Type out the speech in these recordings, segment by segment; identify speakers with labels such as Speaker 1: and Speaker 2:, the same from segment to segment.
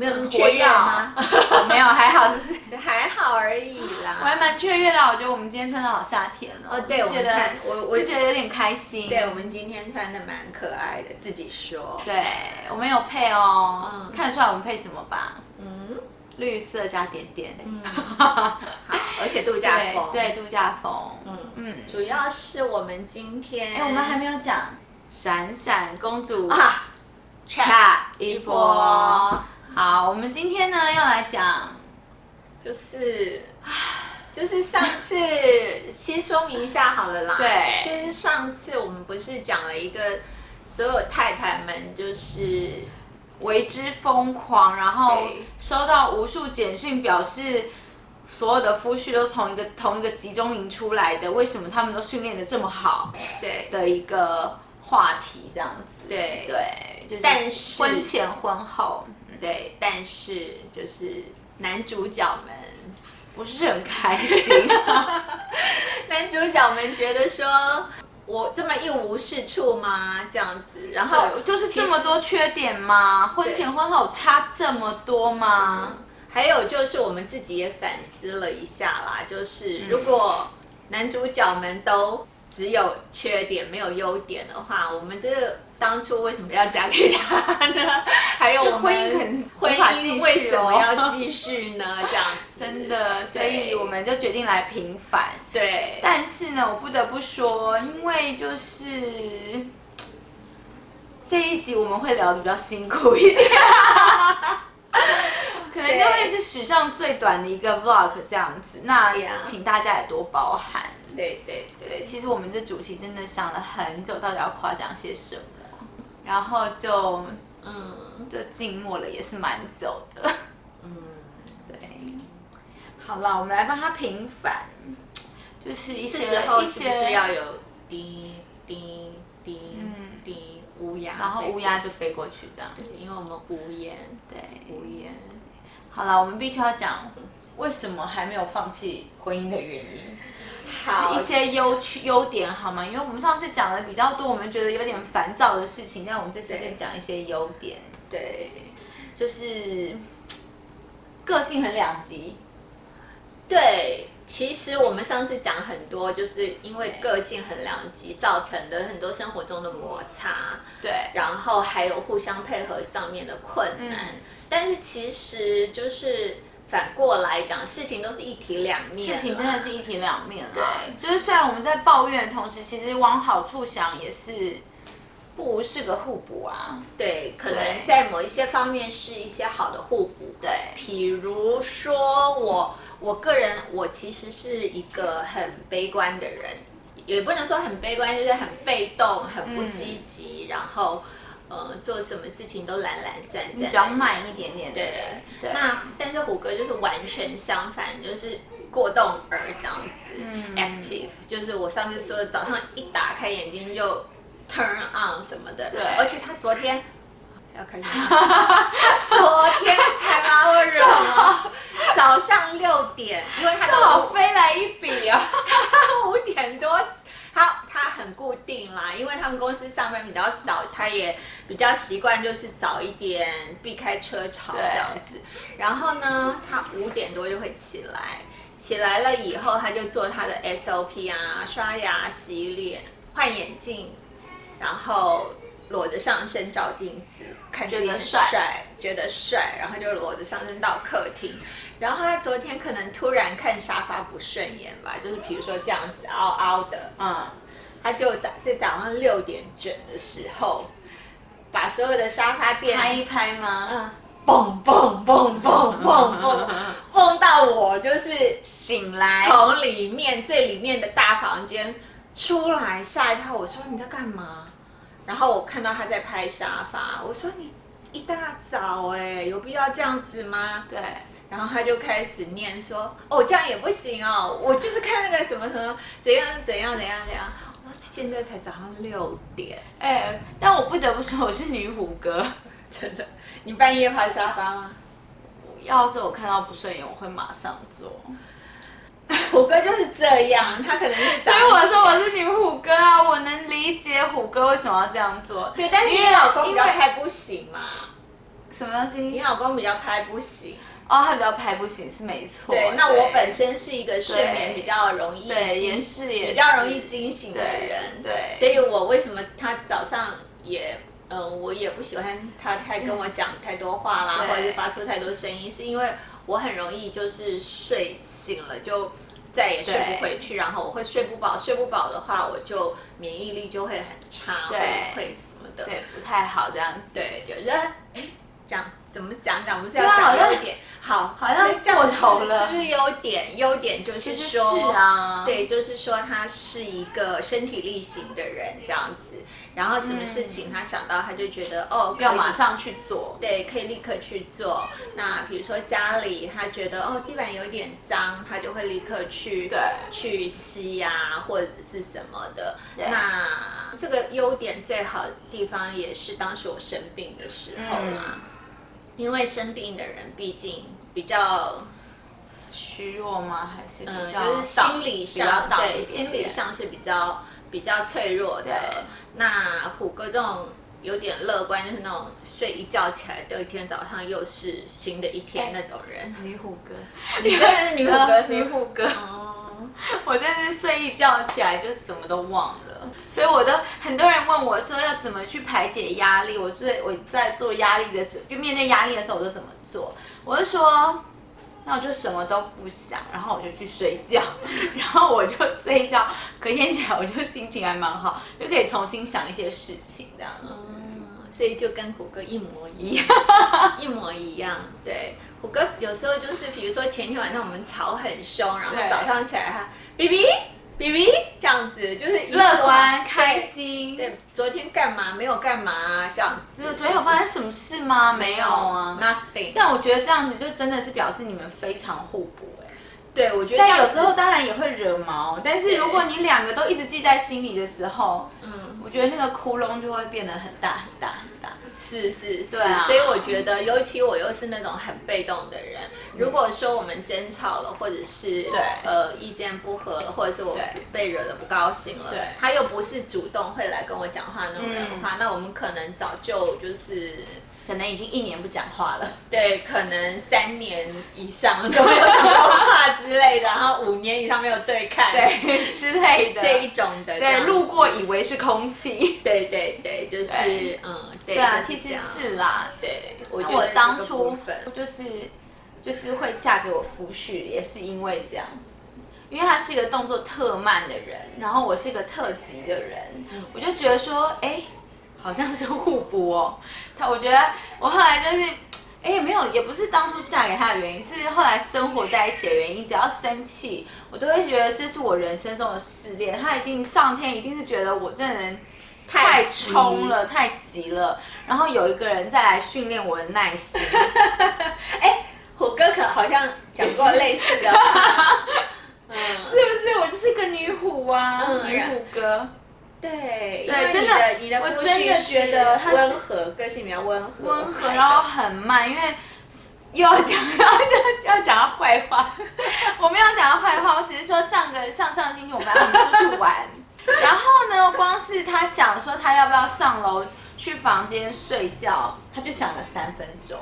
Speaker 1: 就是
Speaker 2: 雀
Speaker 1: 火
Speaker 2: 跃
Speaker 1: 药
Speaker 2: 吗？
Speaker 1: 没有，还好，就是
Speaker 2: 还好而已
Speaker 1: 我还
Speaker 2: 啦。
Speaker 1: 蛮雀跃的。我觉得我们今天穿的好夏天哦，
Speaker 2: 哦，对，
Speaker 1: 就
Speaker 2: 我
Speaker 1: 觉
Speaker 2: 们
Speaker 1: 得
Speaker 2: 穿我我
Speaker 1: 就觉得有点开心。
Speaker 2: 对我们今天穿的蛮可爱的，自己说。
Speaker 1: 对，我们有配哦，
Speaker 2: 嗯
Speaker 1: 看得出来我们配什么吧？
Speaker 2: 嗯，
Speaker 1: 绿色加点点， 嗯，
Speaker 2: 好，而且度假
Speaker 1: 对
Speaker 2: 风，
Speaker 1: 对，度假风，
Speaker 2: 嗯
Speaker 1: 嗯，
Speaker 2: 主要是我们今天，
Speaker 1: 哎、我们还没有讲闪闪公主
Speaker 2: 啊，
Speaker 1: 差一
Speaker 2: 一
Speaker 1: 波。
Speaker 2: 波
Speaker 1: 好，我们今天呢要来讲，
Speaker 2: 就是。就是上次先说明一下好了啦，
Speaker 1: 对
Speaker 2: 就是上次我们不是讲了一个所有太太们就是
Speaker 1: 为之疯狂，然后
Speaker 2: 对
Speaker 1: 收到无数简讯，表示所有的夫婿都从一个同一个集中营出来的，为什么他们都训练的这么好
Speaker 2: 对
Speaker 1: 的一个话题，这样子。
Speaker 2: 对
Speaker 1: 对，就是
Speaker 2: 但是
Speaker 1: 婚前婚后嗯
Speaker 2: 对，但是就是男主角们，
Speaker 1: 不是很开 心。
Speaker 2: 男主角们觉得说我这么一无是处吗？这样子，然后
Speaker 1: 好，就是
Speaker 2: 其
Speaker 1: 这
Speaker 2: 实
Speaker 1: 么多缺点吗？婚前婚后差这么多吗？
Speaker 2: 还有就是我们自己也反思了一下啦，就是如果男主角们都只有缺点没有优点的话，我们这个当初为什么要嫁给他 呢？还有我们
Speaker 1: 婚姻可能
Speaker 2: 婚
Speaker 1: 无法继
Speaker 2: 姻
Speaker 1: 续
Speaker 2: 为什么
Speaker 1: 哦
Speaker 2: 要继续呢？这样子
Speaker 1: 真的，所
Speaker 2: 对
Speaker 1: 以我们就决定来平反。
Speaker 2: 对
Speaker 1: 但是呢，我不得不说，因为就是这一集我们会聊的比较辛苦一点， 可能就会是史上最短的一个 vlog 这样子。那
Speaker 2: Yeah
Speaker 1: 请大家也多包涵。
Speaker 2: 对对对
Speaker 1: 对，其实我们这主题真的想了很久，到底要夸奖些什么，然后就
Speaker 2: 嗯
Speaker 1: 就静默了，也是蛮久的。
Speaker 2: 嗯。
Speaker 1: 对，好了，我们来帮他平反，就是一些
Speaker 2: 这时候
Speaker 1: 一
Speaker 2: 是
Speaker 1: 些
Speaker 2: 不是要有滴滴滴滴嗯乌鸦？
Speaker 1: 然后乌鸦，就飞过去这样。
Speaker 2: 因为我们无言，
Speaker 1: 对，
Speaker 2: 无言。
Speaker 1: 好了，我们必须要讲为什么还没有放弃婚姻的原因，
Speaker 2: 好
Speaker 1: 一些优缺优点好吗？因为我们上次讲的比较多，我们觉得有点烦躁的事情，但我们这次
Speaker 2: 对
Speaker 1: 就讲一些优点，
Speaker 2: 对
Speaker 1: 就是个性很两极，
Speaker 2: 对，其实我们上次讲很多，就是因为个性很两极造成的很多生活中的摩擦，
Speaker 1: 对，
Speaker 2: 然后还有互相配合上面的困难。
Speaker 1: 嗯
Speaker 2: 但是其实就是反过来讲，事情都是一体两面啦，
Speaker 1: 事情真的是一体两面啊。就是虽然我们在抱怨的同时，其实往好处想也是不无是个互补啊。
Speaker 2: 对，可能
Speaker 1: 对
Speaker 2: 在某一些方面是一些好的互补。
Speaker 1: 对
Speaker 2: 比如说我，我个人我其实是一个很悲观的人，也不能说很悲观，就是很被动、很不积
Speaker 1: 嗯
Speaker 2: 极，然后呃做什么事情都懒懒散散的。
Speaker 1: 比较慢一点点的
Speaker 2: 对
Speaker 1: 人，对，
Speaker 2: 那但是虎哥就是完全相反，就是过动儿这样子、
Speaker 1: 嗯
Speaker 2: a c t i v e 就是我上次说的，早上一打开眼睛就 turn on 什么的，
Speaker 1: 对
Speaker 2: 而且他昨天。要开始吗， 他昨天才把我惹毛。早上六点，因为他
Speaker 1: 正好
Speaker 2: 都
Speaker 1: 飞来一笔啊！
Speaker 2: 五点多，他他很固定啦，因为他们公司上班比较早，他也比较习惯就是早一点避开车潮
Speaker 1: 对
Speaker 2: 这样子。然后呢，他五点多就会起来，起来了以后他就做他的 SOP 啊，刷牙、洗脸、换眼镜，然后。裸着上身照镜子，看自己
Speaker 1: 觉得
Speaker 2: 很
Speaker 1: 帅
Speaker 2: 帅，觉得帅，然后就裸着上身到客厅，然后他昨天可能突然看沙发不顺眼吧，就是比如说这样子凹凹的，
Speaker 1: 嗯，
Speaker 2: 他就早在早上六点整的时候，把所有的沙发垫
Speaker 1: 拍 一拍吗？
Speaker 2: 嗯，蹦蹦蹦蹦蹦蹦蹦到我就是
Speaker 1: 醒来，
Speaker 2: 从里面最里面的大房间出来，吓一跳。我说你在干嘛？然后我看到他在拍沙发，我说你一大早哎、有必要这样子吗？
Speaker 1: 对，
Speaker 2: 然后他就开始念说：“哦，这样也不行哦，我就是看那个什么什么怎样怎样怎样怎样。”我说：“现在才早上六点，
Speaker 1: 哎、但我不得不说，我是女虎 哥。
Speaker 2: 真的，你半夜爬沙发吗
Speaker 1: 要是我看到不顺眼，我会马上 做。？”
Speaker 2: 虎哥就是这样，他可能是早
Speaker 1: 所
Speaker 2: 上
Speaker 1: 以我说我是女虎哥啊，我能理解虎哥为什么要这样做。
Speaker 2: 对，但是
Speaker 1: 因
Speaker 2: 你
Speaker 1: 为
Speaker 2: 老公比
Speaker 1: 因
Speaker 2: 较
Speaker 1: 为
Speaker 2: 太不行嘛。
Speaker 1: 什么东
Speaker 2: 你
Speaker 1: 西？
Speaker 2: 老公比较拍不行，
Speaker 1: 哦，他比较排不行是没错。
Speaker 2: 对，那我本身是一个睡眠比较容易
Speaker 1: 对
Speaker 2: 惊
Speaker 1: 也是也
Speaker 2: 比较
Speaker 1: 是
Speaker 2: 容易惊醒的
Speaker 1: 对
Speaker 2: 人，
Speaker 1: 对
Speaker 2: 所以我为什么他早上也。呃，我也不喜欢他太跟我讲太多话啦，
Speaker 1: 对
Speaker 2: 或者是发出太多声音，是因为我很容易就是睡醒了就再也睡不回去，然后我会睡不饱，睡不饱的话，我就免疫力就会很差，会会什么的。
Speaker 1: 对不太好这样子。
Speaker 2: 对，有人哎讲怎么讲讲，不是要
Speaker 1: 对啊
Speaker 2: 讲
Speaker 1: 好像
Speaker 2: 优点，好，好
Speaker 1: 像
Speaker 2: 这样我
Speaker 1: 过头
Speaker 2: 是
Speaker 1: 了
Speaker 2: 是不是优点？优点就是
Speaker 1: 实
Speaker 2: 说，
Speaker 1: 是啊
Speaker 2: 对，就是说他是一个身体力行的人这样子，然后什么事情他想到他就觉得、哦，
Speaker 1: 嗯要
Speaker 2: 可以
Speaker 1: 马上去做。
Speaker 2: 对，可以立刻去做。那比如说家里，他觉得哦地板有点脏，他就会立刻去
Speaker 1: 对
Speaker 2: 去吸呀、或者是什么的。那这个优点最好的地方也是当时我生病的时候啦，因为生病的人毕竟比较
Speaker 1: 虚弱吗？还是
Speaker 2: 嗯，
Speaker 1: 比较
Speaker 2: 就是
Speaker 1: 倒
Speaker 2: 心理
Speaker 1: 比较
Speaker 2: 上
Speaker 1: 倒一
Speaker 2: 对
Speaker 1: 点
Speaker 2: 心理
Speaker 1: 点
Speaker 2: 上是比较呃比较脆弱的
Speaker 1: 对。
Speaker 2: 那虎哥这种有点乐观，就是那种睡一觉起来，第二天早上又是新的一
Speaker 1: 哎
Speaker 2: 天那种 人。
Speaker 1: 女虎哥，
Speaker 2: 你看是女虎哥，
Speaker 1: 女虎哥，
Speaker 2: 哦，
Speaker 1: 我真是睡一觉起来就什么都忘了，所以我都很多人问我说要怎么去排解压力。我最我在做压力的时候，就面对压力的时候，我都怎么做？我就说，那我就什么都不想，然后我就去睡 觉，然后我就睡觉，隔天起来我就心情还蛮好，就可以重新想一些事情这样子。
Speaker 2: 嗯所以就跟虎哥一模一 样，一模一样。对，虎哥有时候就是，比如说前天晚上我们吵很凶，然后
Speaker 1: 对
Speaker 2: 早上起来他 B B B B 这样子，就是一
Speaker 1: 乐观
Speaker 2: 对
Speaker 1: 开心，
Speaker 2: 对，昨天干嘛？没有干嘛、这样子。
Speaker 1: 昨天有发生什么事吗？没有啊。
Speaker 2: ？Nothing。
Speaker 1: 但我觉得这样子就真的是表示你们非常互补哎、
Speaker 2: 对，我觉得这
Speaker 1: 但
Speaker 2: 样
Speaker 1: 有
Speaker 2: 子
Speaker 1: 时候，当然也会惹毛，但是如果你两个都一直记在心里的时候，
Speaker 2: 嗯，
Speaker 1: 我觉得那个窟窿就会变得很大很大很大。
Speaker 2: 是是是、
Speaker 1: 对啊
Speaker 2: 所以我觉得，尤其我又是那种很被动的人，如果说我们争吵了，或者是
Speaker 1: 嗯对
Speaker 2: 呃意见不合了，或者是我
Speaker 1: 对
Speaker 2: 被惹了不高兴了，
Speaker 1: 对嗯
Speaker 2: 他又不是主动会来跟我讲话那种人的话，那我们可能早就就是。
Speaker 1: 可能已经一年不讲话 了，
Speaker 2: 对，可能三年以上都没有讲过 话之类的，然后五年以上没有对看，
Speaker 1: 对哎之类的。
Speaker 2: 这一种的，
Speaker 1: 对，路过以为是空气。
Speaker 2: 对对对，就是
Speaker 1: 对
Speaker 2: 嗯，对
Speaker 1: 对啊，
Speaker 2: 就是
Speaker 1: 其实
Speaker 2: 这样
Speaker 1: 是啦。
Speaker 2: 对，我觉
Speaker 1: 我
Speaker 2: 得
Speaker 1: 当
Speaker 2: 这个
Speaker 1: 初
Speaker 2: 部分
Speaker 1: 就是就是会嫁给我夫婿，也是因为这样子。因为他是一个动作特慢的人，然后我是一个特急的人，
Speaker 2: 嗯
Speaker 1: 我就觉得说，哎、好像是互补哦。他我觉得我后来就是，哎、没有，也不是当初嫁给他的原因，是后来生活在一起的原因。只要生气，我都会觉得这是我人生中的试炼。他一定上天一定是觉得我这人太
Speaker 2: 急
Speaker 1: 冲了，太急了，然后有一个人再来训练我的耐心。
Speaker 2: 虎哥可好像讲过类似的话， 嗯，
Speaker 1: 是不是？我就是个女虎啊，
Speaker 2: 嗯
Speaker 1: 女虎哥。
Speaker 2: 对，
Speaker 1: 对
Speaker 2: 因为
Speaker 1: 真的
Speaker 2: 你的
Speaker 1: 我
Speaker 2: 你的夫
Speaker 1: 真的
Speaker 2: 婿是
Speaker 1: 觉得他是
Speaker 2: 温和，个性比较温和，
Speaker 1: 温和，
Speaker 2: 快乐
Speaker 1: 然后很慢，因为是又要讲又要讲又要讲他坏话， 我没有讲他坏话，我只是说上个上上星期我们要出去玩， 然后呢，光是他想说他要不要上楼去房间睡觉，他就想了三分钟。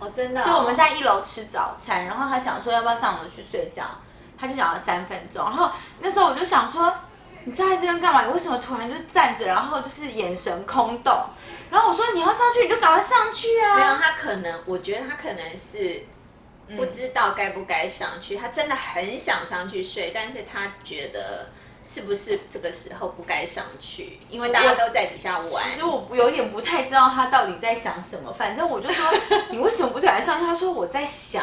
Speaker 2: 哦，真的哦，
Speaker 1: 就我们在一楼吃早餐，然后他想说要不要上楼去睡觉，他就讲了三分钟。然后那时候我就想说，你站在这边干嘛？你为什么突然就站着，然后就是眼神空洞？然后我说你要上去，你就赶快上去啊！
Speaker 2: 没有他可能，我觉得他可能是。
Speaker 1: 嗯
Speaker 2: 不知道该不该上去，他真的很想上去睡，但是他觉得是不是这个时候不该上去，因为大家
Speaker 1: 我
Speaker 2: 都在底下玩。
Speaker 1: 其实我不有点不太知道他到底在想什么，反正我就说你为什么不敢上去？他说我在想，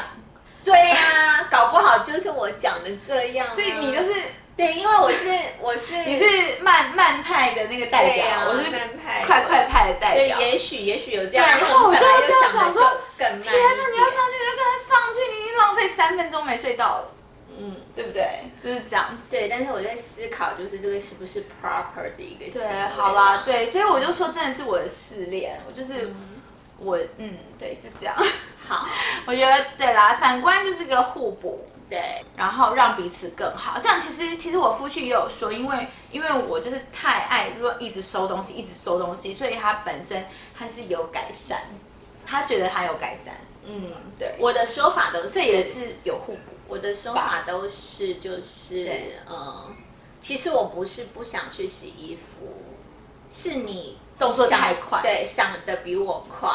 Speaker 2: 对呀、搞不好就是我讲的这样啊、
Speaker 1: 所以你就是
Speaker 2: 对，因为我是我是
Speaker 1: 你是慢慢派的那个代表，
Speaker 2: 对啊
Speaker 1: 我是
Speaker 2: 慢派的
Speaker 1: 快快派的代
Speaker 2: 所以
Speaker 1: 表。
Speaker 2: 也许也许有这样，
Speaker 1: 对然后
Speaker 2: 我们
Speaker 1: 我就
Speaker 2: 本来就
Speaker 1: 这样
Speaker 2: 想
Speaker 1: 想
Speaker 2: 的
Speaker 1: 说
Speaker 2: 就更慢一点。
Speaker 1: 天哪，你要上去就跟他上去，你已经浪费三分钟没睡到了。
Speaker 2: 嗯，
Speaker 1: 对不对？就是这样子。
Speaker 2: 对，但是我在思考，就是这个是不是 proper 的一个行为
Speaker 1: 对
Speaker 2: 啊，
Speaker 1: 好啦，，对，所以我就说真的是我的试炼，我就是、我，嗯，对，就这样。
Speaker 2: 好，
Speaker 1: 我觉得对啦，反观就是个互补，
Speaker 2: 对，
Speaker 1: 然后让彼此更好。像其实其实我夫婿也有说，因为因为我就是太爱，如果一直收东西，一直收东西，所以他本身他是有改善。他觉得他有改善，
Speaker 2: 嗯，
Speaker 1: 对
Speaker 2: 我的说法都是，
Speaker 1: 这也是有互补。
Speaker 2: 我的说法都是就是
Speaker 1: 对
Speaker 2: 嗯，其实我不是不想去洗衣服，是你
Speaker 1: 动作
Speaker 2: 想
Speaker 1: 太快
Speaker 2: 对，想的比我快，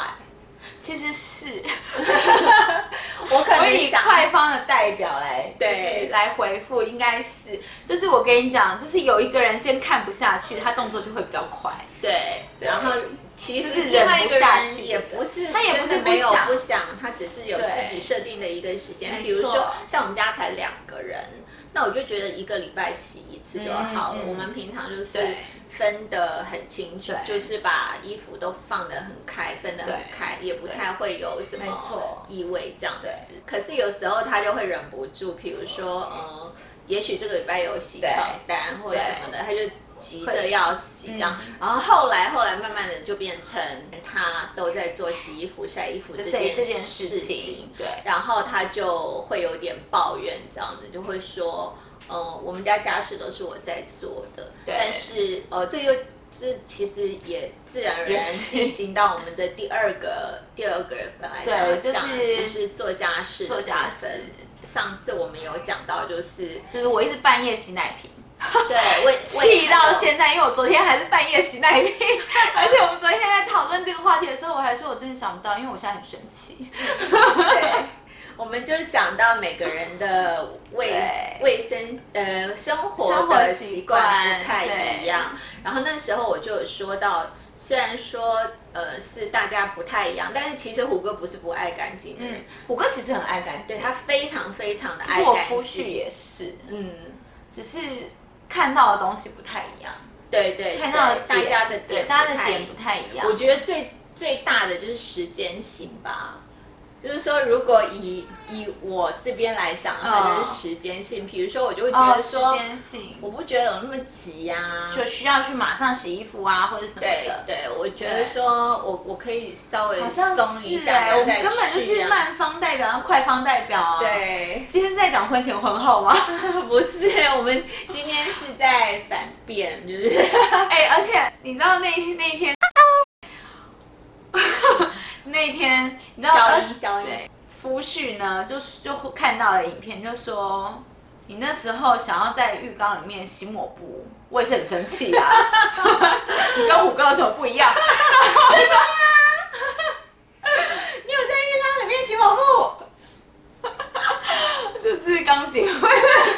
Speaker 1: 其实是
Speaker 2: 我可
Speaker 1: 我
Speaker 2: 能
Speaker 1: 以
Speaker 2: 想
Speaker 1: 快方的代表来，
Speaker 2: 对
Speaker 1: 就是来回复，应该是，就是我跟你讲，就是有一个人先看不下去，他动作就会比较快。
Speaker 2: 对，然后其
Speaker 1: 就是
Speaker 2: 实
Speaker 1: 忍
Speaker 2: 另外一
Speaker 1: 不
Speaker 2: 个
Speaker 1: 下
Speaker 2: 人
Speaker 1: 去
Speaker 2: 也
Speaker 1: 就是
Speaker 2: 不是，
Speaker 1: 他也不是不
Speaker 2: 没有
Speaker 1: 想
Speaker 2: 不想，他只是有
Speaker 1: 对
Speaker 2: 自己设定的一个时间。
Speaker 1: 没
Speaker 2: 比如说
Speaker 1: 错
Speaker 2: 像我们家才两个人，那我就觉得一个礼拜洗一次就好了。
Speaker 1: 嗯嗯
Speaker 2: 我们平常就是
Speaker 1: 对
Speaker 2: 分得很清楚，
Speaker 1: 对
Speaker 2: 就是把衣服都放得很开，分得很
Speaker 1: 对
Speaker 2: 开，也不太会有什
Speaker 1: 没
Speaker 2: 么
Speaker 1: 错
Speaker 2: 异味这样子。可是有时候他就会忍不住，比如说嗯。也许这个礼拜有洗
Speaker 1: 对
Speaker 2: 床单或者什么的，他就急着
Speaker 1: 会
Speaker 2: 要洗这样。
Speaker 1: 嗯
Speaker 2: 然后后来后来慢慢的就变成他都在做洗衣服、晒衣服这件
Speaker 1: 这这件
Speaker 2: 事
Speaker 1: 事
Speaker 2: 情
Speaker 1: 情，对
Speaker 2: 然后他就会有点抱怨这样子，就会说，嗯，我们家家事都是我在做的，
Speaker 1: 对
Speaker 2: 但是呃，这又这其实也自然而然
Speaker 1: 也是
Speaker 2: 进行到我们的第二个第二个本来想要
Speaker 1: 对
Speaker 2: 讲的
Speaker 1: 就是
Speaker 2: 就是做家事的
Speaker 1: 做家
Speaker 2: 部分
Speaker 1: 事。
Speaker 2: 上次我们有讲到，就是
Speaker 1: 就是我一直半夜洗奶瓶，
Speaker 2: 对， 我也我也
Speaker 1: 气到
Speaker 2: 看
Speaker 1: 现在，因为我昨天还是半夜洗奶瓶，而且我们昨天在讨论这个话题的时候，我还说我真的想不到，因为我现在很生气。
Speaker 2: 对， 我们就讲到每个人的卫
Speaker 1: 对
Speaker 2: 卫生呃生活
Speaker 1: 生活
Speaker 2: 的
Speaker 1: 习
Speaker 2: 习惯不
Speaker 1: 惯
Speaker 2: 太
Speaker 1: 对
Speaker 2: 一样。然后那时候我就有说到，虽然说呃是大家不太一样，但是其实胡歌不是不爱干净的人，
Speaker 1: 嗯，虎哥其实很爱干净，
Speaker 2: 对他非常非常的
Speaker 1: 其实
Speaker 2: 爱
Speaker 1: 我
Speaker 2: 干
Speaker 1: 夫婿
Speaker 2: 净。
Speaker 1: 也是，
Speaker 2: 嗯，
Speaker 1: 只是看到的东西不太一样，
Speaker 2: 对对，
Speaker 1: 看到的
Speaker 2: 对大
Speaker 1: 点
Speaker 2: 家的
Speaker 1: 对
Speaker 2: 点，
Speaker 1: 大家的点不。太一样
Speaker 2: 我。觉得最最大的就是时间性吧。就是说，如果以以我这边来讲的话，
Speaker 1: 嗯
Speaker 2: 就是时间性。比如说，我就会觉
Speaker 1: 哦，
Speaker 2: 得
Speaker 1: 时
Speaker 2: 说，
Speaker 1: 间性
Speaker 2: 我不觉得有那么急呀、
Speaker 1: 就需要去马上洗衣服啊，或者什么
Speaker 2: 对
Speaker 1: 的。
Speaker 2: 对，我觉得说我我可以稍微
Speaker 1: 好像
Speaker 2: 松一
Speaker 1: 是
Speaker 2: 下，
Speaker 1: 哎、
Speaker 2: 然
Speaker 1: 我
Speaker 2: 后
Speaker 1: 们
Speaker 2: 再
Speaker 1: 根本就
Speaker 2: 去
Speaker 1: 是
Speaker 2: 啊。
Speaker 1: 慢方代表，然后快方代 表啊。，
Speaker 2: 对，
Speaker 1: 今天是在讲婚前婚后吗？
Speaker 2: 不是，我们今天是在反辩，就是
Speaker 1: 哎、而且你知道那一那一天， 那一天你知道
Speaker 2: 消
Speaker 1: 呃
Speaker 2: 音消音
Speaker 1: 对。夫婿呢，就是就看到了影片，就说你那时候想要在浴缸里面洗抹布，我也是很 生气啊。你跟虎哥有什么不一样？
Speaker 2: 你有在浴缸里面洗抹布？
Speaker 1: 就是刚结婚的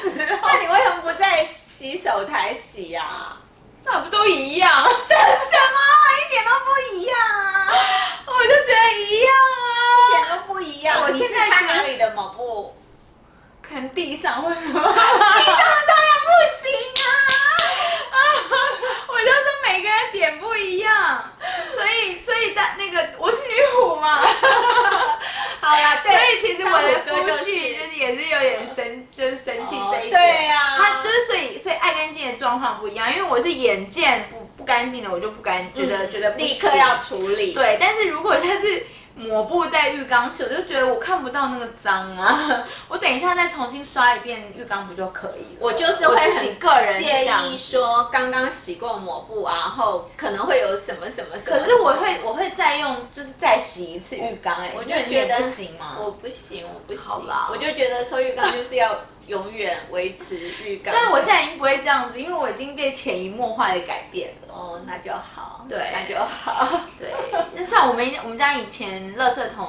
Speaker 1: 时候，
Speaker 2: 那你为什么不在洗手台洗呀、啊？
Speaker 1: 那不都一 样？
Speaker 2: 这什么？一点都不一样啊！
Speaker 1: 我就觉得一样
Speaker 2: 一点
Speaker 1: 啊，
Speaker 2: 都不一样。
Speaker 1: 我
Speaker 2: 你是
Speaker 1: 现在
Speaker 2: 擦
Speaker 1: 觉得
Speaker 2: 哪里的抹布？
Speaker 1: 可能地上会 什
Speaker 2: 地
Speaker 1: 么？
Speaker 2: 上的当然不行
Speaker 1: 啊 我就说每个人点不一样，所以所以大那个我是女虎嘛，
Speaker 2: 啊！好啦，
Speaker 1: 所
Speaker 2: 对，
Speaker 1: 以其实我的
Speaker 2: 像我
Speaker 1: 夫
Speaker 2: 哥就是
Speaker 1: 婿就是哦也是有点生 就是生气这一点，
Speaker 2: 对啊
Speaker 1: 他就是所以所以爱干净的状况不一样，因为我是眼见不不干净的，我就不干觉得、觉得不
Speaker 2: 立
Speaker 1: 行
Speaker 2: 刻要处理。，
Speaker 1: 对，但是如果像是抹布在浴缸洗，我就觉得我看不到那个脏啊， 我等一下再重新刷一遍浴缸不就可以了？
Speaker 2: 我就是会
Speaker 1: 自己
Speaker 2: 很
Speaker 1: 个人是这
Speaker 2: 介
Speaker 1: 样
Speaker 2: 意说刚刚洗过抹布啊，然后可能会有什么什么什么。
Speaker 1: 可是我，会，我会再用，就是再洗一次浴缸、哎，
Speaker 2: 我就
Speaker 1: 那你
Speaker 2: 觉
Speaker 1: 也
Speaker 2: 得
Speaker 1: 不行吗？
Speaker 2: 我不行，我不行。
Speaker 1: 好啦
Speaker 2: 我就觉得说浴缸就是要永远维持浴缸。
Speaker 1: 但是我现在已经不会这样子，因为我已经被潜移默化的改变了。
Speaker 2: 哦，那就好，
Speaker 1: 对
Speaker 2: 那就好。
Speaker 1: 对，那像我们我们家以前垃圾桶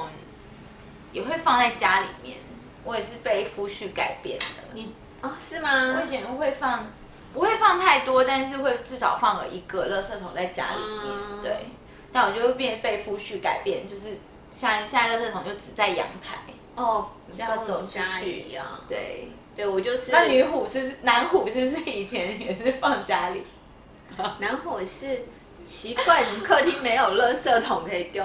Speaker 1: 也会放在家里面，我也是被夫婿改变的。
Speaker 2: 你 哦，是吗？
Speaker 1: 我以前会放，不会放太多，但是会至少放了一个垃圾桶在家里面。
Speaker 2: 嗯
Speaker 1: 对，但我就会变被夫婿改变，就是像现在垃圾桶就只在阳台。
Speaker 2: 哦，
Speaker 1: 就要走出
Speaker 2: 家
Speaker 1: 去
Speaker 2: 一样。
Speaker 1: 对，
Speaker 2: 对，我就是。
Speaker 1: 那女虎是不是男虎是不是以前也是放家里？
Speaker 2: 然后我是奇怪，你们客厅没有垃圾桶可以丢，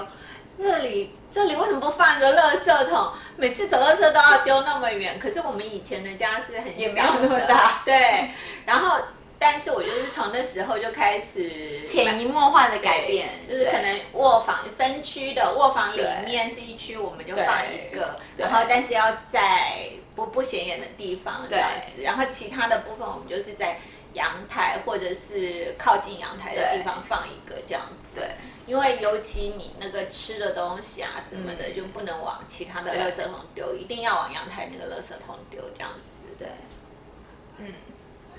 Speaker 2: 这里这里为什么不放一个垃圾桶？每次走垃圾都要丢那么远，可是我们以前的家是很
Speaker 1: 也没
Speaker 2: 小
Speaker 1: 有那么
Speaker 2: 的
Speaker 1: 大
Speaker 2: 对。然后，但是我就是从那时候就开始
Speaker 1: 潜移默化的改变，
Speaker 2: 就是可能卧房分区的卧房里面是一区，我们就放
Speaker 1: 对
Speaker 2: 一个，
Speaker 1: 对
Speaker 2: 然后但是要在不不显眼的地方这
Speaker 1: 对
Speaker 2: 样子，然后其他的部分我们就是在阳台或者是靠近阳台的
Speaker 1: 对
Speaker 2: 地方放一个这样子。
Speaker 1: 对，
Speaker 2: 因为尤其你那个吃的东西啊什么的，就不能往其他的
Speaker 1: 嗯对
Speaker 2: 垃圾桶丢，一定要往阳台那个垃圾桶丢这样子。对，
Speaker 1: 嗯，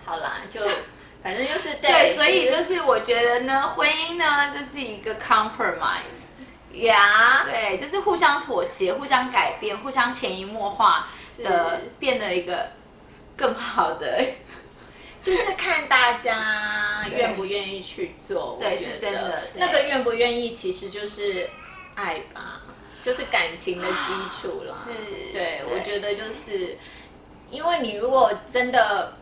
Speaker 2: 好啦，就反正就是
Speaker 1: 对，所以
Speaker 2: 就
Speaker 1: 就是是我觉得呢，婚姻呢，就是一个 compromise。
Speaker 2: 呀，
Speaker 1: 对，就是互相妥协、互相改变、互相潜移默化的
Speaker 2: 是，
Speaker 1: 变得一个更好的，
Speaker 2: 就是看大家
Speaker 1: 对
Speaker 2: 愿不愿意去做。
Speaker 1: 对
Speaker 2: 我觉得
Speaker 1: 是真的对
Speaker 2: 那个愿不愿意其实就是爱吧，就是感情的基础啦。
Speaker 1: 是
Speaker 2: 对，我觉
Speaker 1: 得
Speaker 2: 得就是，因为你如果真的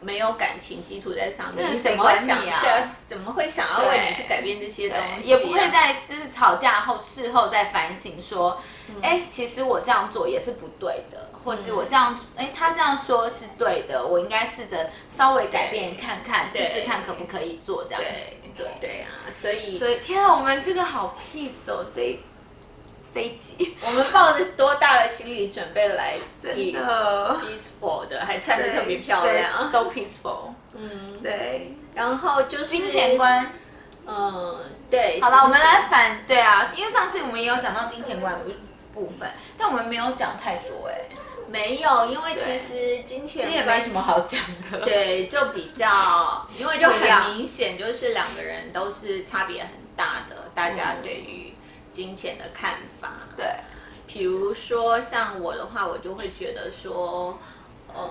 Speaker 2: 没有感情基础在上面，
Speaker 1: 这
Speaker 2: 你
Speaker 1: 是
Speaker 2: 怎
Speaker 1: 谁
Speaker 2: 么会
Speaker 1: 管
Speaker 2: 想
Speaker 1: 你啊
Speaker 2: 对啊，怎么会想要为
Speaker 1: 对
Speaker 2: 你去改变这些东西啊、
Speaker 1: 也不会在就是吵架后事后再反省说，哎、其实我这样做也是不对的，或是我这样，哎、他这样说是对的，我应该试着稍微改变看看，试
Speaker 2: 对
Speaker 1: 试看可不可以做这样
Speaker 2: 对
Speaker 1: 子。
Speaker 2: 对对啊，所以
Speaker 1: 所以天啊，我们这个好 peace 哦，这一这一集。
Speaker 2: 我们抱着多大的心理准备来
Speaker 1: 真的
Speaker 2: peaceful 的，还穿的特别漂
Speaker 1: 对
Speaker 2: 亮。
Speaker 1: ，so peaceful。
Speaker 2: 嗯，
Speaker 1: 对，
Speaker 2: 然后就是
Speaker 1: 金钱，观。
Speaker 2: 嗯，对。
Speaker 1: 好了，我们来
Speaker 2: 金钱
Speaker 1: 反对啊，因为上次我们也有讲到金钱观部部分，但我们没有讲太多哎、
Speaker 2: 没有，因为其
Speaker 1: 对
Speaker 2: 实金钱观
Speaker 1: 其实也没什么好讲的。，
Speaker 2: 对，就比较，因为就
Speaker 1: 不一样
Speaker 2: 很明显，就是两个人都是差别很大的，大家
Speaker 1: 嗯
Speaker 2: 对于金钱的看法。
Speaker 1: 对，
Speaker 2: 比如说像我的话，我就会觉得说，呃，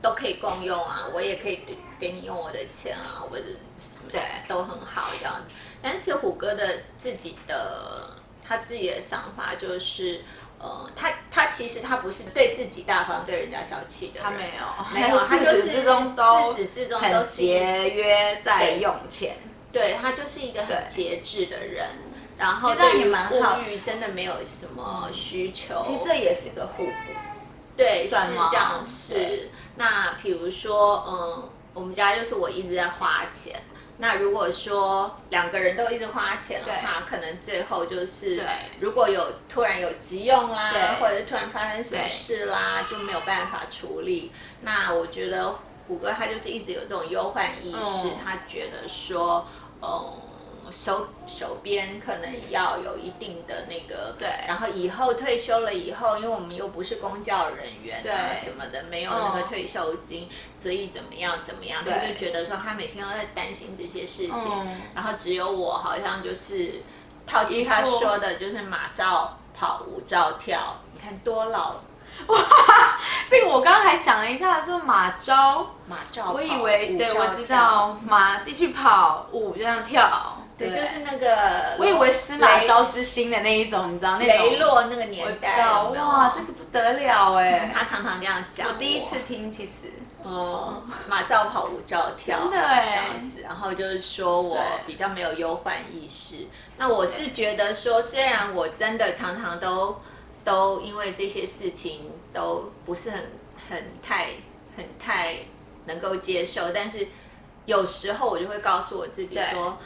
Speaker 2: 都可以共用啊，我也可以给给你用我的钱啊，我的什么的
Speaker 1: 对
Speaker 2: 都很好这样子。但是虎哥的自己的他自己的想法就是，呃，他他其实他不是对自己大方，对人家小气的人，
Speaker 1: 他没有，
Speaker 2: 没有，他
Speaker 1: 自
Speaker 2: 就是
Speaker 1: 始至终都
Speaker 2: 自始至终都
Speaker 1: 很
Speaker 2: 是一个
Speaker 1: 节约在用钱。
Speaker 2: 对他就是一个很
Speaker 1: 对
Speaker 2: 节制的人，然后
Speaker 1: 其实这样
Speaker 2: 对
Speaker 1: 也
Speaker 2: 于嗯
Speaker 1: 蛮好
Speaker 2: 物欲真的没有什么需求，
Speaker 1: 其实这也是一个互补，
Speaker 2: 对是
Speaker 1: 算吗
Speaker 2: 这样是
Speaker 1: 对。
Speaker 2: 那比如说，嗯，我们家就是我一直在花钱。那如果说两个人都一直花钱的话，可能最后就是
Speaker 1: 对
Speaker 2: 如果有突然有急用啦
Speaker 1: 对，
Speaker 2: 或者是突然发生什么
Speaker 1: 对
Speaker 2: 事啦，就没有办法处理。那我觉得虎哥他就是一直有这种忧患意识，
Speaker 1: 嗯
Speaker 2: 他觉得说，嗯，手手边可能要有一定的那个，
Speaker 1: 对
Speaker 2: 然后以后退休了以后，因为我们又不是公教人员啊
Speaker 1: 对
Speaker 2: 什么的，没有那个
Speaker 1: 嗯
Speaker 2: 退休金，所以怎么样怎么样，他就
Speaker 1: 对
Speaker 2: 觉得说他每天都在担心这些事情，
Speaker 1: 嗯
Speaker 2: 然后只有我好像就是套句他
Speaker 1: 一副
Speaker 2: 说的，就是马照跑，舞照跳，你看多老，
Speaker 1: 这个我刚刚还想了一下，说马招，
Speaker 2: 马照跑，
Speaker 1: 我以为
Speaker 2: 舞
Speaker 1: 对
Speaker 2: 照
Speaker 1: 我知
Speaker 2: 跳。
Speaker 1: 道马继续跑，舞就这样跳，
Speaker 2: 对，就是那个，
Speaker 1: 我以为司马
Speaker 2: 雷
Speaker 1: 昭之心的那一种，你知道那种
Speaker 2: 雷洛那个年
Speaker 1: 我知
Speaker 2: 代
Speaker 1: 道，
Speaker 2: 有没有
Speaker 1: 哇，这个不得了哎！
Speaker 2: 他常常这样讲。
Speaker 1: 我第一次，听，其实
Speaker 2: 哦，马照跑，舞照跳，
Speaker 1: 真的
Speaker 2: 这
Speaker 1: 哎
Speaker 2: 样子，然后就是说我
Speaker 1: 对
Speaker 2: 比较没有忧患意识。那我是觉得说，虽然我真的常常都都因为这些事情都不是很很太很太能够接受，但是有时候我就会告诉我自己
Speaker 1: 对
Speaker 2: 说。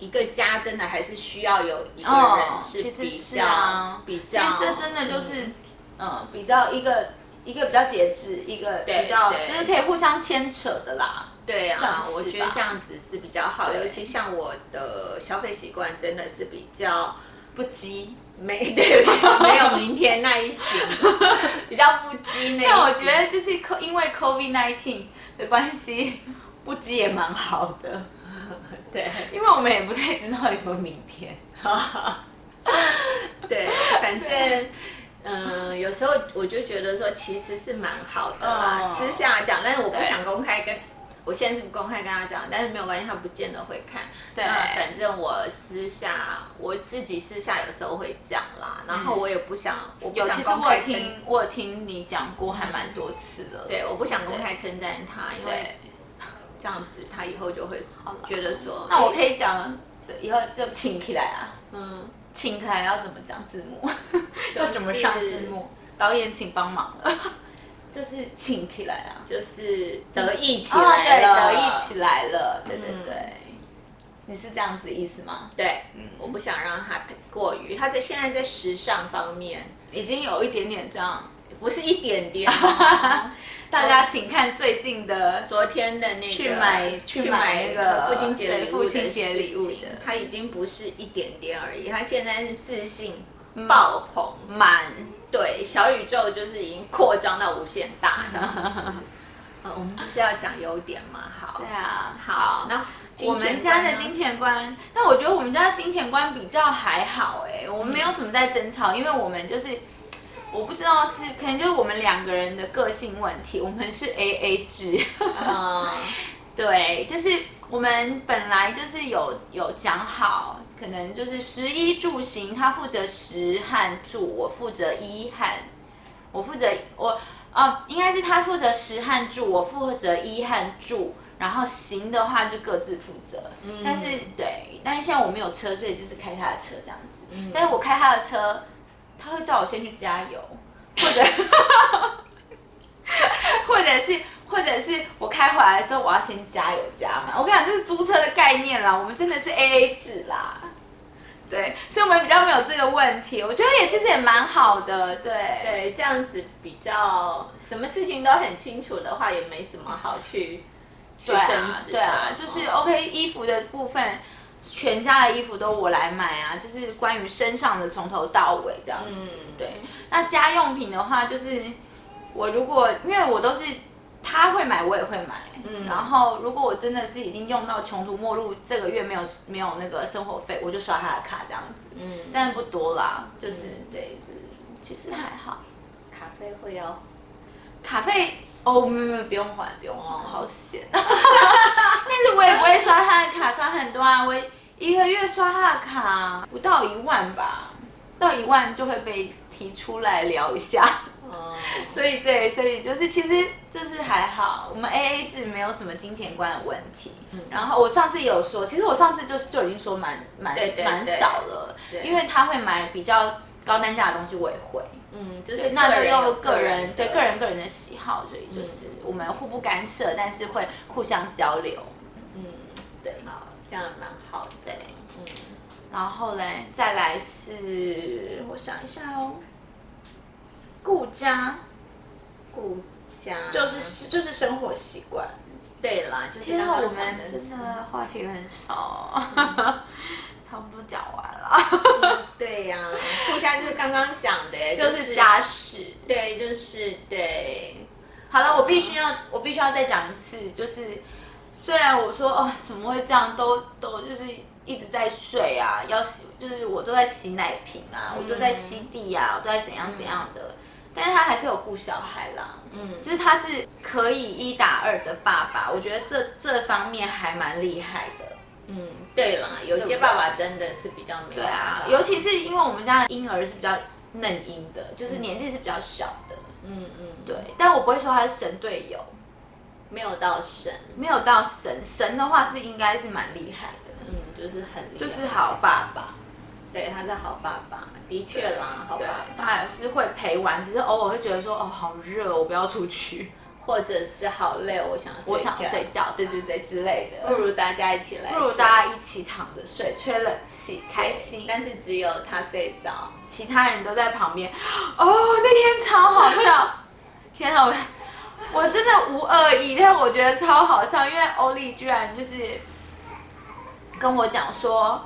Speaker 2: 一个家真的还是需要有一个
Speaker 1: 哦
Speaker 2: 人是
Speaker 1: 其实
Speaker 2: 比
Speaker 1: 是
Speaker 2: 较、
Speaker 1: 啊
Speaker 2: 比
Speaker 1: 其
Speaker 2: 较，
Speaker 1: 实这真的就
Speaker 2: 嗯
Speaker 1: 是，嗯，比较一个一个比较节制，一个
Speaker 2: 对
Speaker 1: 比较
Speaker 2: 对
Speaker 1: 就是可以互相牵扯的啦。
Speaker 2: 对
Speaker 1: 算
Speaker 2: 啊，
Speaker 1: 是
Speaker 2: 我觉得
Speaker 1: 吧
Speaker 2: 这样子是比较好，
Speaker 1: 对
Speaker 2: 尤其像我的消费习惯真的是比较
Speaker 1: 不急，
Speaker 2: 没 对，没有明天那一型，比较不羁那一型。
Speaker 1: 但我觉得就是扣因为 COVID nineteen 的关系，不急也蛮好的，
Speaker 2: 对，
Speaker 1: 因为我们也不太知道有没有明天。
Speaker 2: 对，反正。嗯，有时候我就觉得说，其实是蛮好的啦，
Speaker 1: 哦
Speaker 2: 私下讲，但是我不
Speaker 1: 对
Speaker 2: 想公开跟，我现在是不公开跟他讲，但是没有关系，他不见得会看。
Speaker 1: 对
Speaker 2: 那反正我私下我自己私下有时候会讲啦，然后我也不想，我不
Speaker 1: 嗯有，
Speaker 2: 想
Speaker 1: 其实
Speaker 2: 公
Speaker 1: 我
Speaker 2: 开
Speaker 1: 有
Speaker 2: 跟
Speaker 1: 听我有听你讲过，还蛮多次了。
Speaker 2: 对，我不想公开称赞他，因为
Speaker 1: 对。
Speaker 2: 这样子他以后就会
Speaker 1: 啦
Speaker 2: 觉得说，哎
Speaker 1: 那我可
Speaker 2: 以，
Speaker 1: 以讲，对以后就请起来啊，
Speaker 2: 嗯，
Speaker 1: 请起来要怎么讲字幕，要怎么上字幕，导演请帮忙了， 就是请起来啊，
Speaker 2: 就是得意起
Speaker 1: 啊
Speaker 2: 来
Speaker 1: 对，
Speaker 2: 了，
Speaker 1: 得意起来了，对对
Speaker 2: 嗯
Speaker 1: 对，你是这样子的意思吗？
Speaker 2: 对，我不想让他过于，他在现在在时尚方面，
Speaker 1: 已经有一点点这样
Speaker 2: 不是一点 点哦，
Speaker 1: 大家请看最近的，
Speaker 2: 昨天的那个
Speaker 1: 去买去买那个
Speaker 2: 父亲节礼物
Speaker 1: 对父亲节礼物的
Speaker 2: 的事情，他已经不是一点点而已，他现在是自信爆棚，
Speaker 1: 满
Speaker 2: 对，小宇宙就是已经扩张到无限 大这样子。呃，我们不是要讲优点吗？好，
Speaker 1: 对啊，
Speaker 2: 好，那金
Speaker 1: 我们家的
Speaker 2: 钱观呢
Speaker 1: 金钱观，但我觉得我们家的金钱观比较还好哎、我们没有什么在争吵，因为我们就是我不知道是可能就是我们两个人的个性问题，我们是 A A 制，
Speaker 2: 嗯，
Speaker 1: 对，就是我们本来就是有有讲好，可能就是食衣住行，他负责食和住，我负责衣和，我负责我呃，应该是他负责食和住，我负责衣和住，然后行的话就各自负责。但是对，但是现在我没有车，所以就是开他的车这样子。但是我开他的车，他会叫我先去加油，或者或者是或者是我开回来的时候，我要先加油加满。我跟你讲，这是租车的概念啦，我们真的是 A A 制啦。对，所以我们比较没有这个问题，我觉得也其实也蛮好的，对
Speaker 2: 对，这样子比较什么事情都很清楚的话，也没什么好去去
Speaker 1: 对
Speaker 2: 争
Speaker 1: 啊
Speaker 2: 执的。
Speaker 1: 对啊，就是
Speaker 2: 哦
Speaker 1: OK 衣服的部分，全家的衣服都我来买啊，就是关于身上的从头到尾这样子。
Speaker 2: 嗯
Speaker 1: 对，那家用品的话，就是我如果因为我都是他会买，我也会买。嗯，然后如果我真的是已经用到穷途末路，这个月没有没有那个生活费，我就刷他的卡这样子。嗯，
Speaker 2: 嗯，
Speaker 1: 但不多啦，就是、
Speaker 2: 嗯
Speaker 1: 对，就是其实还好。
Speaker 2: 咖啡会要
Speaker 1: 卡费哦，没有没有，不用还，不用还，好险。 但是我也不会刷他的卡，刷很多啊，我一个月刷他的卡不到一万吧，到一万就会被提出来聊一下。
Speaker 2: 哦，
Speaker 1: 所以对，所以就是其实就是还好，我们 A A 制没有什么金钱观的问题。
Speaker 2: 嗯
Speaker 1: 然后我上次也有说，其实我上次就是就已经说蛮蛮
Speaker 2: 对对
Speaker 1: 蛮
Speaker 2: 对
Speaker 1: 少了，
Speaker 2: 对
Speaker 1: 因为他会买比较高单价的东西，我也会。
Speaker 2: 嗯，就是
Speaker 1: 对，那
Speaker 2: 个
Speaker 1: 就
Speaker 2: 人有
Speaker 1: 又个人
Speaker 2: 的
Speaker 1: 对个人个人的嗯喜好，所以就是我们互不干涉，但是会互相交流。
Speaker 2: 嗯，
Speaker 1: 对，
Speaker 2: 好，这样蛮好的。
Speaker 1: 对
Speaker 2: 嗯，
Speaker 1: 然后嘞，再来是我想一下哦，顾家
Speaker 2: 顾家
Speaker 1: 就是就是生活习惯。
Speaker 2: 对啦，就是
Speaker 1: 天
Speaker 2: 刚
Speaker 1: 啊，
Speaker 2: 刚
Speaker 1: 我
Speaker 2: 讲
Speaker 1: 们
Speaker 2: 的
Speaker 1: 真
Speaker 2: 是
Speaker 1: 的话题很少， 差不多讲完了，
Speaker 2: 对呀、顾家就是刚刚讲 的，
Speaker 1: 就是家事。
Speaker 2: 对，就是对，
Speaker 1: 好了，我必须要，我必须要再讲一次，就是虽然我说哦，怎么会这样，都都就是一直在睡啊，要洗，就是我都在洗奶瓶啊，我都在吸地啊，我都在怎样怎样的，但是他还是有顾小孩啦，嗯，就是他是可以一打二的爸爸，我觉得这这方面还蛮厉害的，
Speaker 2: 嗯，对啦，有些爸爸真的是比较没对
Speaker 1: 对啊，尤其是因为我们家的婴儿是比较嫩婴的，就是年纪是比较小的，
Speaker 2: 嗯嗯，
Speaker 1: 对，但我不会说他是神队友。
Speaker 2: 没有到神，
Speaker 1: 没有到神，神的话是应该是蛮厉害的，
Speaker 2: 嗯，就是很厉害
Speaker 1: 就是，好爸爸，
Speaker 2: 对，他是好爸爸，的确啦，好
Speaker 1: 对啊
Speaker 2: 爸，
Speaker 1: 他
Speaker 2: 爸，
Speaker 1: 还是会陪玩，只是偶尔会觉得说，哦，好热，我不要 出去，
Speaker 2: 或者是好累，我想睡
Speaker 1: 我想
Speaker 2: 觉
Speaker 1: 睡，觉，对对对之类的，
Speaker 2: 不如大家一起来睡，
Speaker 1: 不如大家一起躺着睡，吹冷气，开心。
Speaker 2: 但是只有他睡着，
Speaker 1: 其他人都在旁边，哦，那天超好笑， 天啊，我我真的无恶意，但我觉得超好笑，因为欧丽居然就是跟我讲说，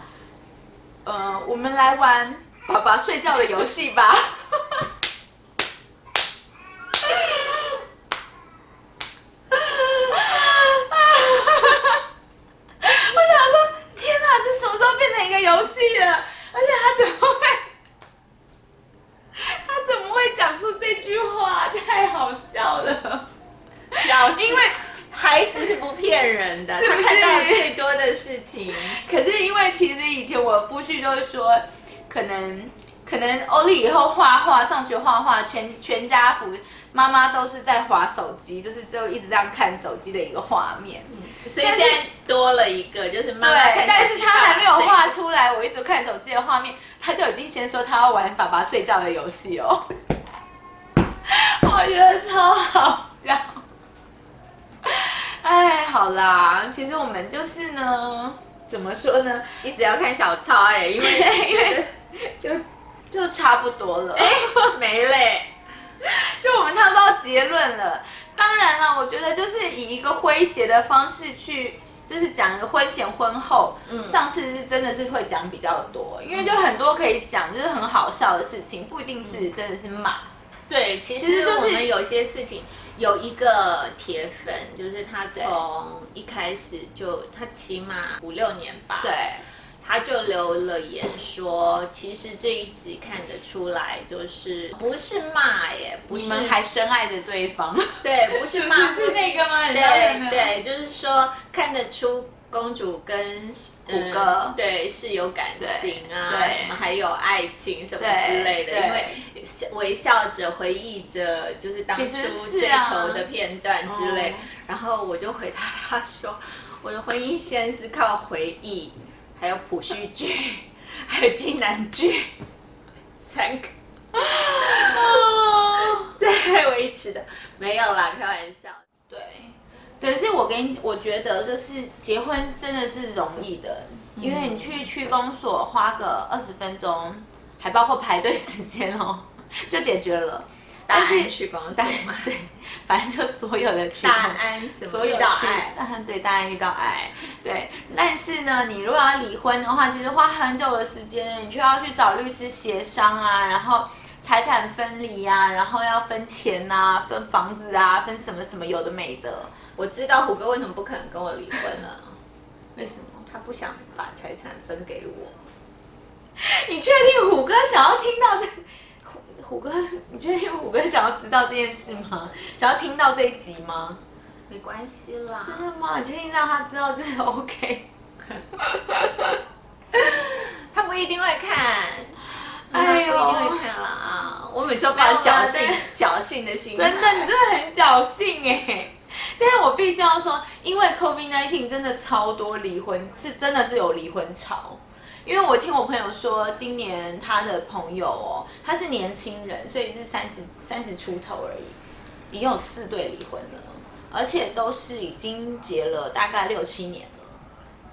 Speaker 1: 呃，我们来玩爸爸睡觉的游戏吧。 我想说，天哪，啊这什么时候变成一个游戏了？而且他怎么会，他怎么会讲出这句话？太好笑了！
Speaker 2: 要是
Speaker 1: 因为，
Speaker 2: 孩子是不骗人的，
Speaker 1: 是不
Speaker 2: 他看
Speaker 1: 是
Speaker 2: 到最多的事情，
Speaker 1: 可是因为其实以前我夫婿就会说，可能可能欧丽以后画画，上学画画，全全家福妈妈都是在划手机，就是就一直这样看手机的一个画面。
Speaker 2: 所以
Speaker 1: 但
Speaker 2: 现
Speaker 1: 是
Speaker 2: 在多了一个，就是妈妈看，
Speaker 1: 对但
Speaker 2: 手
Speaker 1: 是
Speaker 2: 机
Speaker 1: 他还没有
Speaker 2: 爸爸睡
Speaker 1: 画出来，我一直看手机的画面，他就已经先说他要玩爸爸睡觉的游戏哦， 我觉得超好笑。哎，好啦，其实我们就是呢，怎么说呢？
Speaker 2: 你只要看小抄哎、因为
Speaker 1: 因为就就差不多了。
Speaker 2: 没嘞，
Speaker 1: 就我们差不多到结论了。当然了，我觉得就是以一个诙谐的方式去，就是讲一个婚前婚后。上次是真的是会讲比较多，因为就很多可以讲，就是很好笑的事情，不一定是真的是骂。
Speaker 2: 对，其
Speaker 1: 实
Speaker 2: 实
Speaker 1: 就是
Speaker 2: 我们有些事情有一个铁粉，就是他从一开始就他起码五六年吧，
Speaker 1: 对，，
Speaker 2: 他就留了言说，其实这一集看得出来，就是不是骂耶，不是
Speaker 1: 你们还深爱着对方。
Speaker 2: 对，不 是骂，
Speaker 3: 是是那个吗？
Speaker 2: 对对，就是说看得出公主跟嗯
Speaker 1: 歌
Speaker 2: 对是有感情啊，
Speaker 1: 对对
Speaker 2: 什么还有爱情什么
Speaker 1: 对
Speaker 2: 之类的，
Speaker 1: 对
Speaker 2: 因为微笑着回忆着就是当初
Speaker 1: 其实是
Speaker 2: 追
Speaker 1: 啊
Speaker 2: 求的片段之类，
Speaker 1: 哦
Speaker 2: 然后我就回答他说， 我的婚姻线是靠回忆，还有朴叙俊， 还有金南剧三个。
Speaker 1: 哦
Speaker 2: 在维持的没有啦，开玩笑。
Speaker 1: 对，可是我跟你，我觉得就是结婚真的是容易的，因为你去区公所花个二十分钟，还包括排队时间哦， 就解决了。但
Speaker 2: 是
Speaker 1: 是
Speaker 2: 去公司嘛，
Speaker 1: 对， 反正就所有的区公
Speaker 2: 大安什么
Speaker 1: 所有
Speaker 2: 遇
Speaker 1: 的
Speaker 2: 到
Speaker 1: 区
Speaker 2: 爱，
Speaker 1: 啊 对，大家遇到爱，对。但是呢，你如果要离婚的话，其实花很久的时间，你就要去找律师协商啊，然后财产分离啊，然后要分钱啊，分房子啊，分什么什么有的没的。
Speaker 2: 我知道虎哥为什么不肯跟我离婚了，
Speaker 1: 为什么？
Speaker 2: 他不想把财产分给我。
Speaker 1: 你确定虎哥想要听到这？虎虎哥，你确定虎哥想要知道这件事吗？想要听到这一集吗？
Speaker 2: 没关系啦，
Speaker 1: 真的吗？你确定让他知道这 个 OK？
Speaker 2: 他不一定会看，
Speaker 1: 哎
Speaker 2: 哎
Speaker 1: 呦
Speaker 2: 呦，不一定会看啦啊！我每次都抱着侥幸
Speaker 1: 没有啦
Speaker 2: 侥幸的心态，
Speaker 1: 真的，你真的很侥幸哎、但是我必须要说，因为 COVID 1 9真的超多离婚，是真的是有离婚潮。因为我听我朋友说，今年他的朋友哦，他是年轻人，所以是三十三十出头而已，已经有四对离婚了，而且都是已经结了大概六七年了。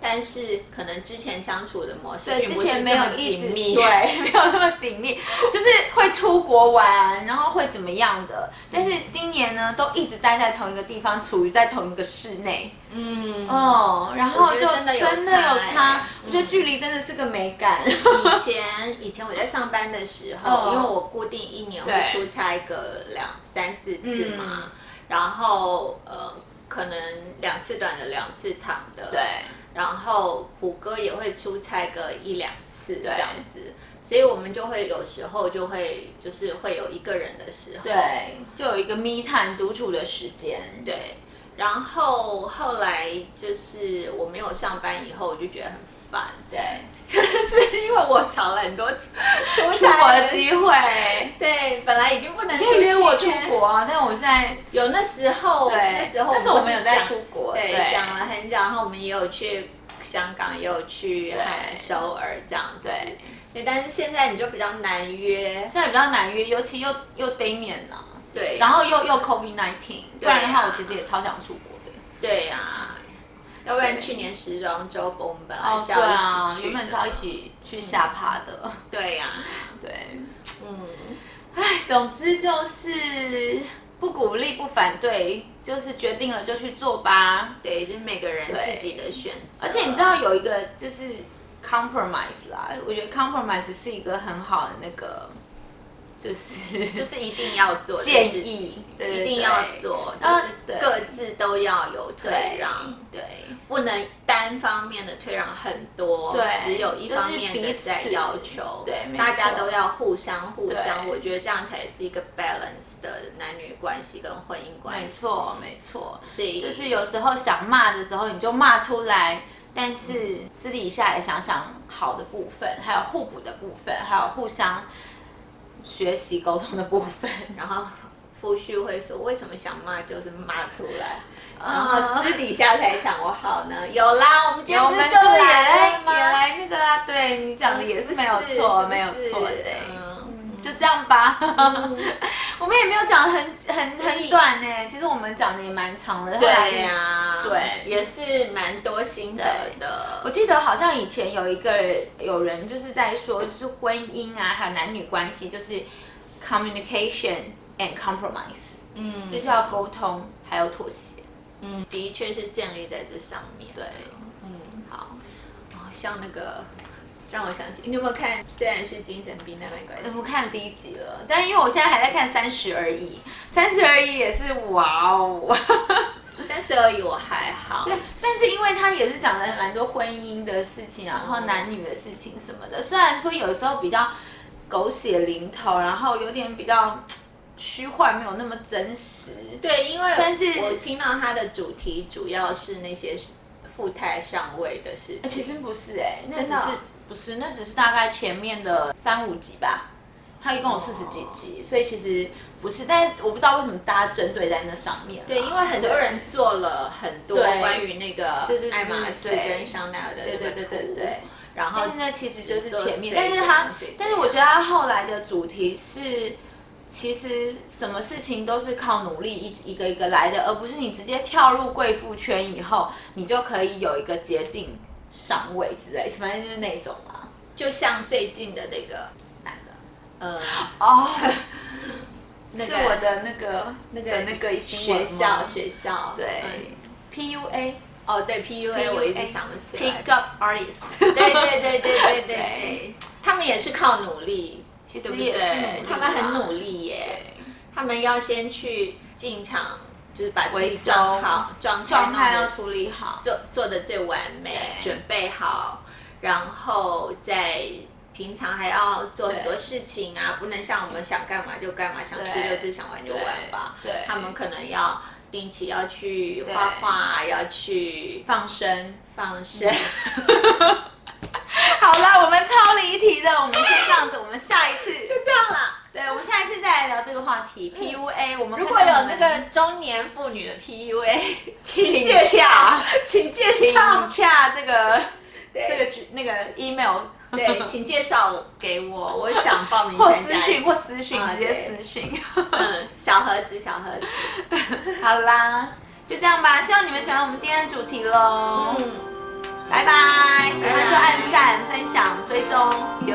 Speaker 2: 但是可能之前相处的模式
Speaker 1: 对，
Speaker 2: 并
Speaker 1: 之
Speaker 2: 不是
Speaker 1: 前没
Speaker 2: 这
Speaker 1: 有
Speaker 2: 么
Speaker 1: 一直
Speaker 2: 紧密，
Speaker 1: 对，没有那么紧密，就是会出国玩，然后会怎么样的。但是今年呢，都一直待在同一个地方，处于在同一个室内，
Speaker 2: 嗯，
Speaker 1: 哦，然后
Speaker 2: 我觉
Speaker 1: 就
Speaker 2: 得真的有
Speaker 1: 真的有
Speaker 2: 差
Speaker 1: 差
Speaker 2: 欸，
Speaker 1: 我觉得距离真的是个美感。
Speaker 2: 以前以前我在上班的时候，
Speaker 1: 嗯
Speaker 2: 因为我固定一年会
Speaker 1: 对
Speaker 2: 出差个两三四次嘛，
Speaker 1: 嗯
Speaker 2: 然后呃可能两次短的，两次长的，
Speaker 1: 对，
Speaker 2: 然后虎哥也会出差个一两次这样子，所以我们就会有时候就会就是会有一个人的时候，
Speaker 1: 对，就有一个 me time 独处的时间。对，
Speaker 2: 对，然后后来就是我没有上班以后，我就觉得很烦，
Speaker 1: 对，
Speaker 2: 就是因为我少了很多出出
Speaker 1: 出国
Speaker 2: 差
Speaker 1: 的机会，
Speaker 2: 对，本来已经不能
Speaker 1: 可以约我出
Speaker 2: 去的
Speaker 1: 国啊，但我现在
Speaker 2: 有那时候，
Speaker 1: 对
Speaker 2: 那时候
Speaker 1: 但是我们有在
Speaker 2: 讲
Speaker 1: 出国
Speaker 2: 对，
Speaker 1: 对
Speaker 2: 讲了很久，然后我们也有去香港，也有去
Speaker 1: 对
Speaker 2: 首尔这样子。
Speaker 1: 对
Speaker 2: 对，但是现在你就比较难约，
Speaker 1: 现在比较难约，尤其又又 d a m i a 啊。
Speaker 2: 对，
Speaker 1: 然后又又 COVID 1 9不
Speaker 2: 对啊
Speaker 1: 然的话我其实也超想出国的。
Speaker 2: 对啊，要不然
Speaker 1: 对
Speaker 2: 去年时装周我们本来是
Speaker 1: 对
Speaker 2: 要一
Speaker 1: 啊
Speaker 2: 起，去
Speaker 1: 原本
Speaker 2: 的
Speaker 1: 是要一起去下趴的。
Speaker 2: 对呀、
Speaker 1: 对，
Speaker 2: 嗯，
Speaker 1: 总之就是不鼓励不反对，就是决定了就去做吧。
Speaker 2: 对，就是每个人
Speaker 1: 对
Speaker 2: 自己的选择，
Speaker 1: 而且你知道有一个就是 compromise 啦，我觉得 compromise 是一个很好的那个， 就是
Speaker 2: 就。是一定要做的
Speaker 1: 建
Speaker 2: 事
Speaker 1: 议
Speaker 2: 情
Speaker 1: 对对
Speaker 2: 一定
Speaker 1: 对
Speaker 2: 要做，就
Speaker 1: 呃
Speaker 2: 是
Speaker 1: 对
Speaker 2: 各自都要有退
Speaker 1: 对
Speaker 2: 让。
Speaker 1: 对
Speaker 2: 不能单方面的退让很多，
Speaker 1: 对
Speaker 2: 只有一方面的在要求，
Speaker 1: 就是彼此对没错
Speaker 2: 大家都要互相互相，
Speaker 1: 对
Speaker 2: 我觉得这样才是一个 balance 的男女关系跟婚姻关系，
Speaker 1: 没错，没错，
Speaker 2: 所以
Speaker 1: 就是有时候想骂的时候你就骂出来，但是私底下也想想好的部分，还有互补的部分，还有互相学习沟通的部 分。
Speaker 2: 然后夫婿会说为什么想骂就是骂出来，然
Speaker 1: 然
Speaker 2: 后
Speaker 1: 后私
Speaker 2: 私底下才想我好呢，有啦，我们今天
Speaker 1: 我
Speaker 2: 不是
Speaker 1: 们
Speaker 2: 就
Speaker 1: 就也
Speaker 2: 来
Speaker 1: 来
Speaker 2: 了
Speaker 1: 也
Speaker 2: 吗？
Speaker 1: 来那个啊，对你讲的也是没有
Speaker 2: 是不
Speaker 1: 错，
Speaker 2: 是
Speaker 1: 没有错的欸。
Speaker 2: 嗯
Speaker 1: 就这样吧， 我们也没有讲得很很很短呢、其实我们讲的也蛮长的。后来
Speaker 2: 对呀，
Speaker 1: 啊对
Speaker 2: 啊也是蛮多心得的。
Speaker 1: 我记得好像以前有一个有人就是在说，就是婚姻啊，还有男女关系，就是 communication and compromise，
Speaker 2: 嗯，
Speaker 1: 就是要沟通还有妥协。
Speaker 2: 嗯，的确是建立在这上面。
Speaker 1: 对，
Speaker 2: 嗯，
Speaker 1: 好，
Speaker 2: 好像那个让我想起，你有没有看？虽然是精神病，但没关系
Speaker 1: 呃我。看了第一集了，但因为我现在还在看《三十而已》，《三十而已》也是哇哦。
Speaker 2: 三十而已，我还好。
Speaker 1: 对， 但是因为他也是讲了蛮多婚姻的事情，啊然后男女的事情什么的。虽然说有时候比较狗血淋头，然后有点比较虚幻，没有那么真实。
Speaker 2: 对，因为
Speaker 1: 但是
Speaker 2: 我听到它的主题主要是那些富态上位的事情。
Speaker 1: 其实不是哎、那只
Speaker 2: 真的哦
Speaker 1: 是不是那只是大概前面的三五集吧，它一共有四十
Speaker 2: 哦
Speaker 1: 几集，所以其实不是。但是我不知道为什么大家针对在那上面啦。
Speaker 2: 对，因为很多人做了很多
Speaker 1: 对
Speaker 2: 关于那个
Speaker 1: 对对对
Speaker 2: 爱马仕
Speaker 1: 对
Speaker 2: 跟香奈儿的
Speaker 1: 对
Speaker 2: 那个
Speaker 1: 对对对
Speaker 2: 图
Speaker 1: 对，
Speaker 2: 然后
Speaker 1: 但是那其实就是前
Speaker 2: 所
Speaker 1: 面，但
Speaker 2: 以
Speaker 1: 是他
Speaker 2: 所以，
Speaker 1: 但是我觉得他后来的主题是，其实什么事情都是靠努力一一个一个来的，而不是你直接跳入贵妇圈以后，你就可以有一个捷径上位之类，反正就是那种嘛。
Speaker 2: 就像最近的那个
Speaker 1: 男的
Speaker 2: 呃，
Speaker 1: 哦，
Speaker 2: 那
Speaker 1: 是
Speaker 2: 个
Speaker 1: 我的那个那个那个新
Speaker 2: 学
Speaker 1: 闻
Speaker 2: 校
Speaker 1: 吗
Speaker 2: 学校
Speaker 1: 对
Speaker 2: 嗯
Speaker 1: PUA
Speaker 2: 哦对 PUA 我一直想不起来
Speaker 1: Pick，Up Artist，
Speaker 2: 对对对对对对 对，他们也是靠努力，其
Speaker 1: 实也是努力啊
Speaker 2: 他们很努力耶，他们要先去进场，就是把自
Speaker 1: 回
Speaker 2: 己
Speaker 1: 收
Speaker 2: 装好，状
Speaker 1: 状态
Speaker 2: 弄
Speaker 1: 要
Speaker 2: 得
Speaker 1: 处理好。
Speaker 2: 做做的最完美，准备好，然后再平常还要做很多事情啊，不能像我们想干嘛就干嘛，想吃就吃，想玩就玩吧。
Speaker 1: 对对
Speaker 2: 他们可能要定期要去画画，要去
Speaker 1: 放生，
Speaker 2: 放生。
Speaker 1: 好了，我们超离题的，我们先这样子，我们下一次
Speaker 2: 就这样啦。
Speaker 1: 对，我们下一次再来聊这个话题。PUA，我 们
Speaker 2: 如
Speaker 1: 看
Speaker 2: 果有
Speaker 1: 到我
Speaker 2: 那
Speaker 1: 们
Speaker 2: 个中年妇女的 PUA，请
Speaker 1: 请
Speaker 2: 介绍
Speaker 1: 洽，
Speaker 2: 请介绍
Speaker 1: 请，洽这个这
Speaker 2: 这
Speaker 1: 个那个 email
Speaker 2: 对，请介绍给我，我想报名
Speaker 1: 或
Speaker 2: 参加
Speaker 1: 私
Speaker 2: 一下
Speaker 1: 讯或私讯，
Speaker 2: 啊
Speaker 1: 直
Speaker 2: 对
Speaker 1: 接私讯。
Speaker 2: 嗯，小盒子，小盒子。
Speaker 1: 好啦，就这样吧，希望你们喜欢我们今天的主题喽。
Speaker 2: 嗯。
Speaker 1: 拜拜，喜欢就按赞、分享、追踪、留